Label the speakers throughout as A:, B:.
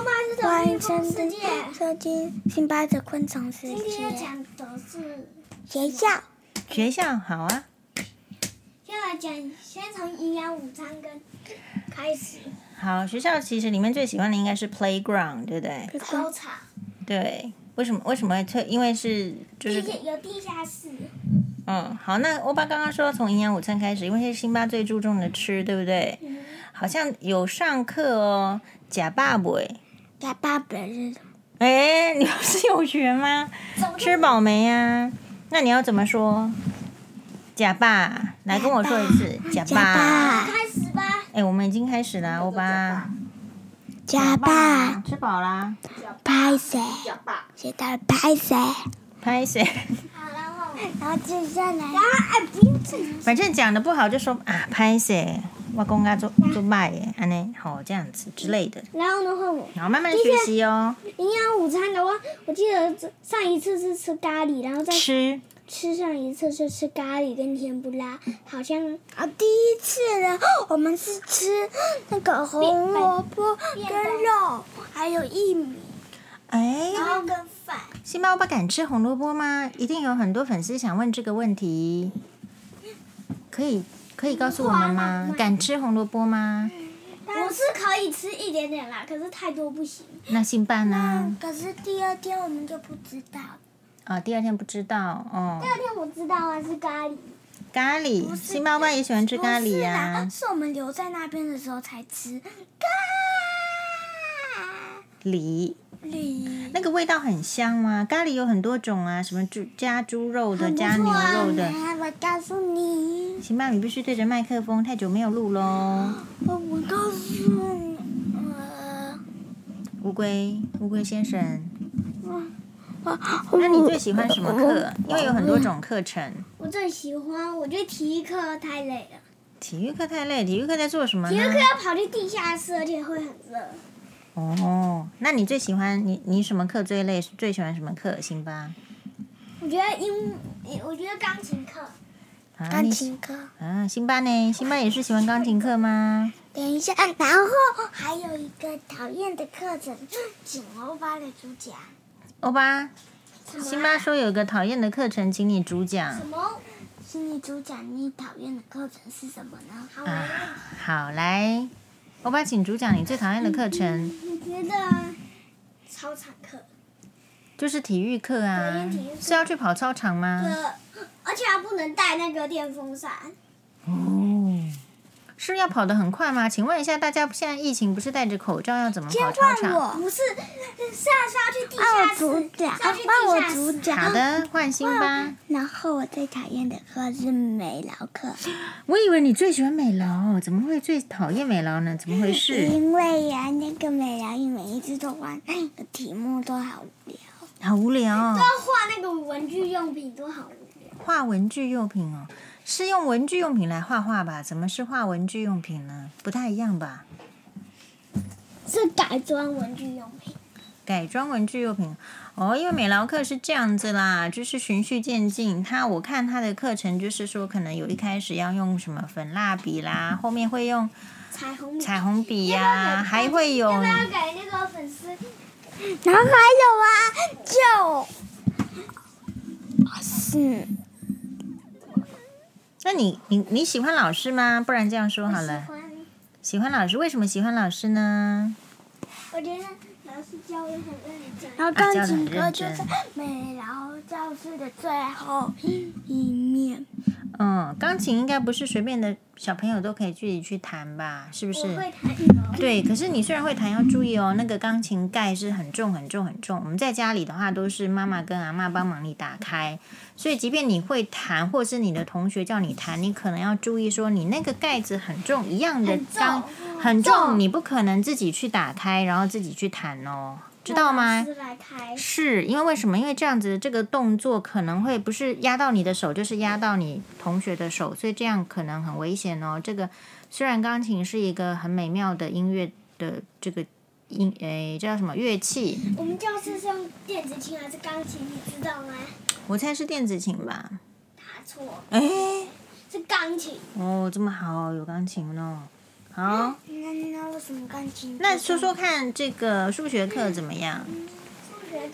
A: 欢迎收听
B: 界
A: 收听辛巴的昆虫世
B: 今天要
A: 界。
B: 讲的是，
A: 学校
C: 学校好啊，
B: 要来讲，先从营养午餐跟开始，
C: 好学校其实里面最喜欢的应该是 playground，对不对？
B: 操场，
C: 对，为什么为什么会退？因为是就
B: 地
C: 是
B: 下有地下室，
C: 嗯，好，那欧巴刚刚说从营养午餐开始，因为是辛巴最注重的吃，对不对？好像有上课哦，假爸爸哎，
A: 哑巴本日
C: 哎， 你不是有学吗？
B: 走路
C: 吃饱没呀、那你要怎么说？假爸，来跟我说一次，假
A: 哑
C: 爸。
A: 巴
B: 开始吧，
C: 哎，我们已经开始啦，欧巴。嗯
A: 哑巴
C: 吃饱啦，
A: 拍谁？写到拍谁？
C: 拍谁？
B: 好，然后，
A: 然后接下来
B: 然后哎，不用自己
C: 反正讲的不好就说啊，拍谁？我公家做做卖耶，安呢，好这样子之类的，
B: 然后呢，换我
C: 然后慢慢学习哦，
B: 营养午餐的话，我记得这上一次是吃咖喱，然后再
C: 吃。
B: 吃上一次是吃咖喱跟甜不辣，好像
A: 啊，第一次呢，我们是吃那个红萝卜
B: 便
A: 跟肉，还有薏米，
C: 哎，
B: 后跟饭，
C: 星巴欧巴敢吃红萝卜吗？一定有很多粉丝想问这个问题，可以可以告诉我们吗？敢吃红萝卜吗？
A: 嗯
B: 我是可以吃一点点啦，可是太多不行。
C: 那星爸呢？
A: 可是第二天我们就不知道。
C: 啊、第二天不知道哦
B: 第。二天我知道啊，是咖喱，
C: 咖喱，星巴欧巴也喜欢吃咖喱啊呀、
A: 不是啦，是我们留在那边的时候才吃咖
C: 梨。
A: 喱。
C: 那个味道很香吗？咖喱有很多种啊，什么猪加猪肉的，加牛
A: 啊
C: 肉的。
A: 我告诉你，
C: 行吧，你必须对着麦克风，太久没有录喽。
A: 我我告诉你，呃，
C: 乌龟，乌龟先生，
A: 我
C: 那你最喜欢什么课？因为有很多种课程。
B: 我最喜欢，我觉得体育课太累了，
C: 体育课太累，体育课在做什么
B: 体育
C: 呢
B: 课？要跑去地下室，而且会很热。
C: 哦，那你最喜欢你你什么课最累？最喜欢什么课？行吧。
B: 我觉得英，我觉得钢琴课，
C: 啊
A: 钢
C: 你
A: 琴课。
C: 啊，辛巴呢？辛巴也是喜欢钢琴课吗？
A: 等一下，然后还有一个讨厌的课程，紧欧巴的主角。
C: 欧巴，
B: 什么
C: 辛巴说有个讨厌的课程，请你主讲
B: 什。么
A: 心理主角，你讨厌的课程是什么呢？
B: 好
C: 啊
B: 玩？，
C: 好，来，欧巴，请主讲你最讨厌的课程，
B: 我觉得操场课，
C: 就是体育课啊
B: 对体育课，
C: 是要去跑操场吗？
B: 呃，而且还不能带那个电风扇，
C: 哦，是要跑得很快吗？请问一下，大家现在疫情不是戴着口罩，要怎么跑操
A: 换
C: 场？
A: 我，
B: 不是，是要是要去地
A: 换
B: 下
A: 啊我
B: 室，
A: 主
B: 是
A: 角，
B: 要去地
A: 换我
B: 下
A: 主
B: 室。
A: 角。
C: 好的，换新吧。
A: 然后我最讨厌的课是美劳课，
C: 我以为你最喜欢美劳，怎么会最讨厌美劳呢？怎么 回事？
A: 因为呀、那个美劳你每一次都玩，那个题目都好无聊。
C: 好无聊
B: 都要
C: 哦，
B: 画那个文具用品，多好无聊。
C: 画文具用品哦，是用文具用品来画画吧？怎么是画文具用品呢？不太一样吧？
B: 是改装文具用品，
C: 改装文具用品哦，因为美劳课是这样子啦，就是循序渐进。他我看他的课程就是说，可能有一开始要用什么粉蜡笔啦，后面会用
B: 彩虹笔。
C: 彩虹笔呀、还会有
B: 要不要给那个粉丝
A: 哎然后啊还有啊，就是
C: 那你你你喜欢老师吗？不然这样说好
B: 喜
C: 了，
B: 欢？
C: 喜欢老师，为什么喜欢老师呢？
B: 我觉得老师教我很认真。
A: 然后
C: 啊教
A: 钢
C: 得
A: 琴
C: 很
A: 课
C: 认
A: 就是
C: 真
A: 美劳教室的最后一面。
C: 嗯，钢琴应该不是随便的小朋友都可以自己去弹吧？是不是？
B: 我会弹球，
C: 对，可是你虽然会弹，要注意哦，那个钢琴盖是很重、很重、很重。我们在家里的话，都是妈妈跟阿妈帮忙你打开，所以即便你会弹，或是你的同学叫你弹，你可能要注意说，你那个盖子很重，一样的
B: 很重
C: 钢很重，你不可能自己去打开，然后自己去弹哦，知道吗？
B: 老师来开，
C: 是因为为什么？因为这样子这个动作可能会不是压到你的手，就是压到你同学的手，所以这样可能很危险哦。这个虽然钢琴是一个很美妙的音乐的这个音，诶，这叫什么乐器？
B: 我们教室是用电子琴还啊是钢琴，你知道吗？
C: 我猜是电子琴吧？
B: 答错，
C: 诶，
B: 是钢琴。
C: 哦，这么好，有钢琴哦。好，
A: 那那为什么钢琴？
C: 那说说看这个数学课怎么样？
B: 数学课，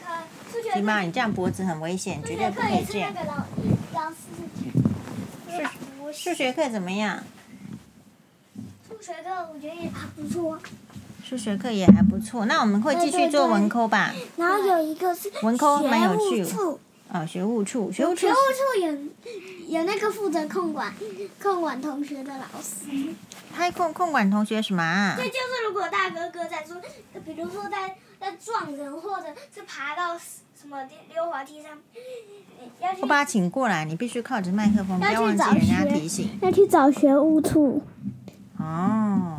B: 数学
C: 姨妈，
B: 课，
C: 你这样脖子很危险，
B: 数
C: 绝对
B: 学
C: 不
B: 课
C: 可以
B: 也是
C: 这
B: 那
C: 样。
B: 个老老师
C: 是
B: 我
C: 数学课怎么样？
B: 数学课我觉得也还不错。
C: 数学课也还不错，那我们会继续做文科吧？
A: 然后有一个是
C: 文科蛮有趣
A: 学务处
C: 哦，学务处，学务处
B: 学务处有有那个负责控管控管同学的老师，
C: 他控控管同学什么啊
B: 对，？就是如果大哥哥在说，比如说在在撞人，或者是爬到什么溜溜滑梯上，要去
C: 我把他请过来，你必须靠着麦克风，不
B: 要去
C: 要忘
B: 找
C: 记人家
B: 学
C: 提醒。
B: 要去找学务处。
C: 哦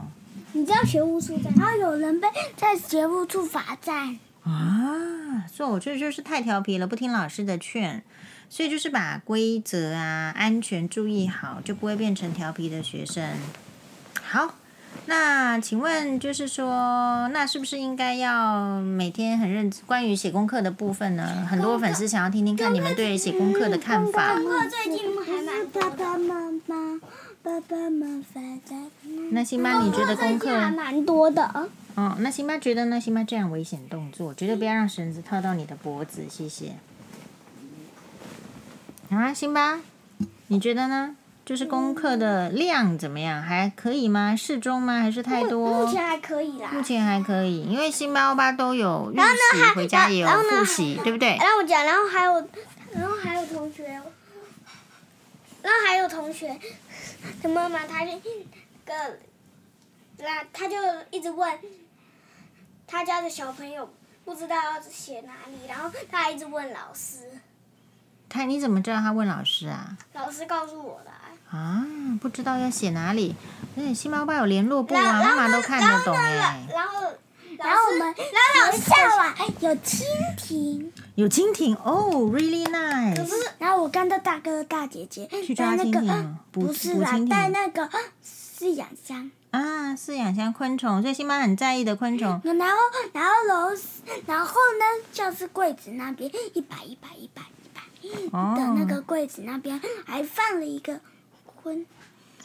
B: 你知道学务处在哪？
A: 然后有人被在学务处罚站，
C: 啊，所以我这就是太调皮了，不听老师的劝，所以就是把规则啊、安全注意好，就不会变成调皮的学生。好，那请问就是说，那是不是应该要每天很认关于写功课的部分呢？很多粉丝想要听听看你们对写功课的看法。
B: 功课最近还蛮多
A: 爸
B: 的。
A: 爸妈妈，爸爸妈妈在
C: 那辛巴，你觉得功
B: 最近还
C: 课？
B: 蛮多的。
C: 哦，那辛巴觉得呢？辛巴这样危险动作，绝对不要让绳子套到你的脖子，谢谢。啊，辛巴，你觉得呢？就是功课的量怎么样？还可以吗？适中吗？还是太多
B: 目？前还可以啦。
C: 目前还可以，因为辛巴欧巴都有预习，回家也有
B: 然后呢呃
C: 复习，对不对？
B: 然后哎我讲，然后还有，然后还有同学，哦然后还有同学，他妈妈她就个，那她就一直问，她家的小朋友不知道要写哪里，然后她还一直问老师，
C: 他你怎么知道他问老师啊？
B: 老师告诉我的啊。
C: 啊，不知道要写哪里？那辛巴欧巴有联络簿
B: 然
C: 啊，
B: 后
C: 妈妈都看得懂哎、
B: 然后，
A: 然后我们
B: 然后老师
A: 下晚有蜻蜓，
C: 有蜻蜓哦，really nice。
B: 可是
A: 然后我看到大哥大姐姐
C: 去
A: 带
C: 抓
A: 那
C: 蜻蜓
A: 个呃
C: 啊，捕
A: 不是
C: 捕
A: 啦
C: 蜻，
A: 带
C: 蜓
A: 那个呃饲养箱。
C: 啊，饲养箱昆虫，所以辛巴很在意的昆虫。
A: 然后，然后楼，然后呢，教室柜子那边一百一百一百一百
C: 哦
A: 的那个柜子那边还放了一个昆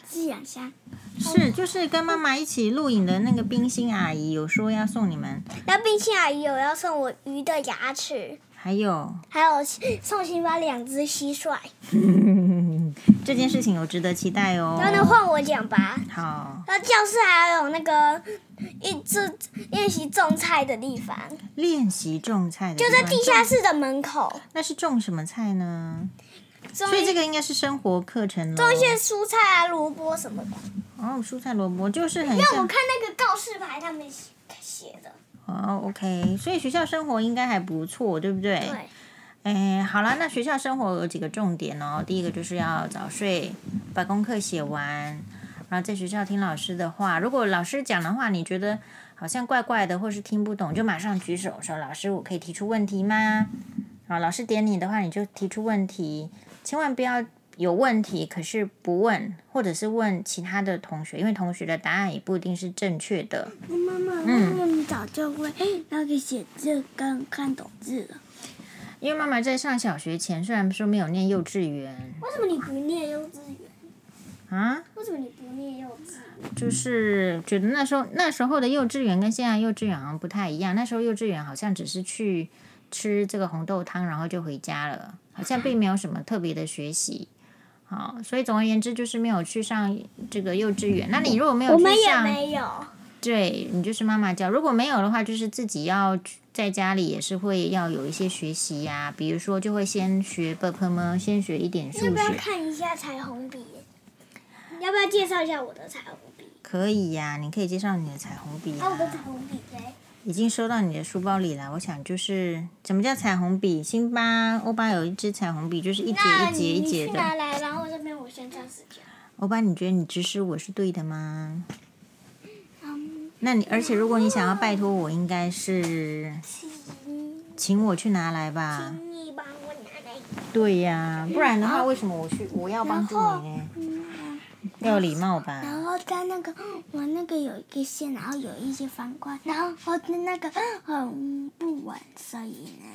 A: 寄养箱，
C: 是，就是跟妈妈一起录影的那个冰心阿姨有说要送你们，
B: 那冰心
A: 啊
B: 阿姨有要送我鱼的牙齿，
C: 还有
B: 还有送辛巴两只蟋蟀。
C: 这件事情有值得期待哦。
B: 然后呢，换我讲吧。
C: 好，
B: 然后教室还有那个一这练习种菜的地方，
C: 练习种菜的地
B: 就
C: 方，
B: 在地下室的门口
C: 那是种什么菜呢？
B: 种
C: 所以这
B: 一
C: 个应该是生活课程咯
B: 种一些蔬菜啊、萝卜什么的。
C: 哦，蔬菜萝卜就是很
B: 让我
C: 像
B: 看那个告示牌，他们写写的。
C: 哦，OK，所以学校生活应该还不错，对不对？
B: 对，
C: 哎，好啦，那学校生活有几个重点哦。第一个就是要早睡，把功课写完，然后在学校听老师的话。如果老师讲的话，你觉得好像怪怪的，或是听不懂，就马上举手说：“老师，我可以提出问题吗？”啊，老师点你的话，你就提出问题，千万不要有问题，可是不问，或者是问其他的同学，因为同学的答案也不一定是正确的。
A: 那妈妈，
C: 嗯
A: 那你早就会那个写字跟看懂字了。
C: 因为妈妈在上小学前，虽然说没有念幼稚园
B: 为什么你不念幼稚园？
C: 啊。
B: 为什么你不念幼稚园？
C: 就是觉得那时候那时候的幼稚园跟现在幼稚园好像不太一样，那时候幼稚园好像只是去吃这个红豆汤，然后就回家了，好像并没有什么特别的学习。好，所以总而言之就是没有去上这个幼稚园。那你如果没有
B: 我
C: 去
B: 们也
C: 上，
B: 没有。
C: 对你就是妈妈教。如果没有的话，就是自己要去在家里也是会要有一些学习呀、比如说就会先学 b p m，先学一点数
B: 要不要
C: 学。
B: 看一下彩虹笔？你要不要介绍一下我的彩虹笔？
C: 可以呀、你可以介绍你的彩虹笔、
B: 啊，
C: 啊。
B: 我的彩虹笔嘞？
C: 已经收到你的书包里了。我想就是什么叫彩虹笔？辛巴欧巴有一支彩虹笔，就是一节
B: 那
C: 一节
B: 你
C: 一
B: 你
C: 节
B: 去
C: 的。
B: 拿来，然后这边我先暂时讲。
C: 欧巴，你觉得你指使我是对的吗？
B: 嗯，
C: 那你而且如果你想要拜托我，应该是
B: 请。
C: 请我去拿来吧。
B: 请你帮我拿来。
C: 对呀、不然的话，为什么我去我要帮助你呢？要有礼貌吧。
A: 嗯然后在那个我那个有一个线，然后有一些方块，然后哦那个很不稳，所以呢，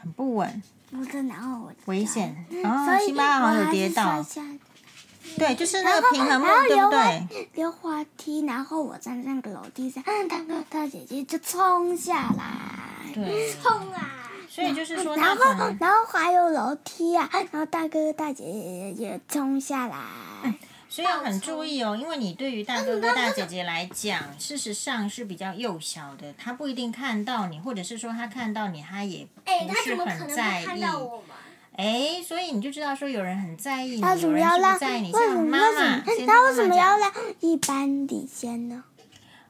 C: 很不稳，
A: 不是，然后我
C: 危险。
A: 所
C: 哦，
A: 以
C: 辛巴好像
A: 我
C: 有
A: 还
C: 跌
A: 是摔
C: 倒。
A: 下
C: 对，就是那个平衡木
A: 然后，
C: 对不
A: 然后
C: 对？
A: 溜滑梯，然后我站在那个楼梯上，嗯他他姐姐就冲下来，
C: 对，
B: 痛啊！
C: 所以就是说，
A: 然
C: 他可能
A: 后然后还有楼梯啊，然后大哥哥大姐姐也冲下
C: 哎
A: 来，
C: 所以要很注意哦，因为你对于大哥哥、大姐姐来讲，事实上是比较幼小的，他不一定看到你，或者是说他看到你，他也
B: 哎，
C: 不
B: 他
C: 是
B: 怎么可能
C: 很
B: 不
C: 在
B: 看
C: 意。
B: 到我们？
C: 哎，所以你就知道说有人很在意你，
A: 他为什
C: 有
A: 么
C: 人
A: 要
C: 是
A: 让
C: 不在意你。
A: 为什
C: 像
A: 么
C: 妈
A: 为
C: 妈
A: 什，么
C: 先跟
A: 他
C: 妈
A: 为什么
C: 妈
A: 要
C: 讲
A: 让一班领先呢？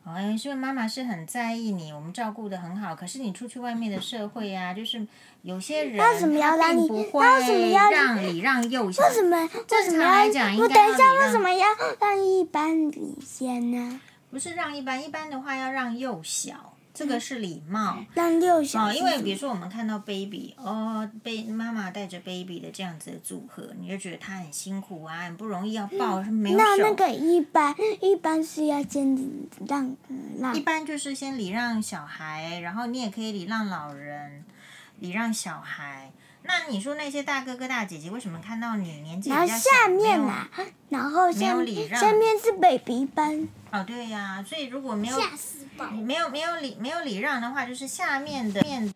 C: 哎，所以妈妈是很在意你，我们照顾的很好。可是你出去外面的社会呀、就是有些人
A: 那为什么要
C: 他
A: 让
C: 并
A: 你
C: 不
A: 那为什么
C: 会
A: 要
C: 让你让幼小，
A: 为什么为什
C: 正
A: 么
C: 常来
A: 要
C: 讲应
A: 不
C: 该
A: 等
C: 要
A: 一下
C: 礼
A: 为什
C: 让
A: 么要让一班领先呢？
C: 不是让一般一般的话要让幼小，这
B: 嗯
C: 个是礼貌。
A: 让六小
C: 哦，
A: 是
C: 因为
A: 怎
C: 比
A: 么
C: 如说我们看到 baby 哦，被妈妈带着 baby 的这样子的组合，你就觉得他很辛苦啊，很不容易要抱，是没有手。
A: 嗯那那个一般一般是要先礼让让
C: 一般就是先礼让小孩，然后你也可以礼让老人，礼让小孩。那你说那些大哥哥大姐姐为什么看到你年纪比
A: 然
C: 较
A: 后
C: 小
A: 下面啊
C: 没有
A: 呐、然后下
C: 没有礼让
A: 下面是 baby 班，
C: 哦，
B: 嗯
C: 对呀、所以如果没有
B: 吓死宝！
C: 没有没有礼没有礼让的话，就是下面的面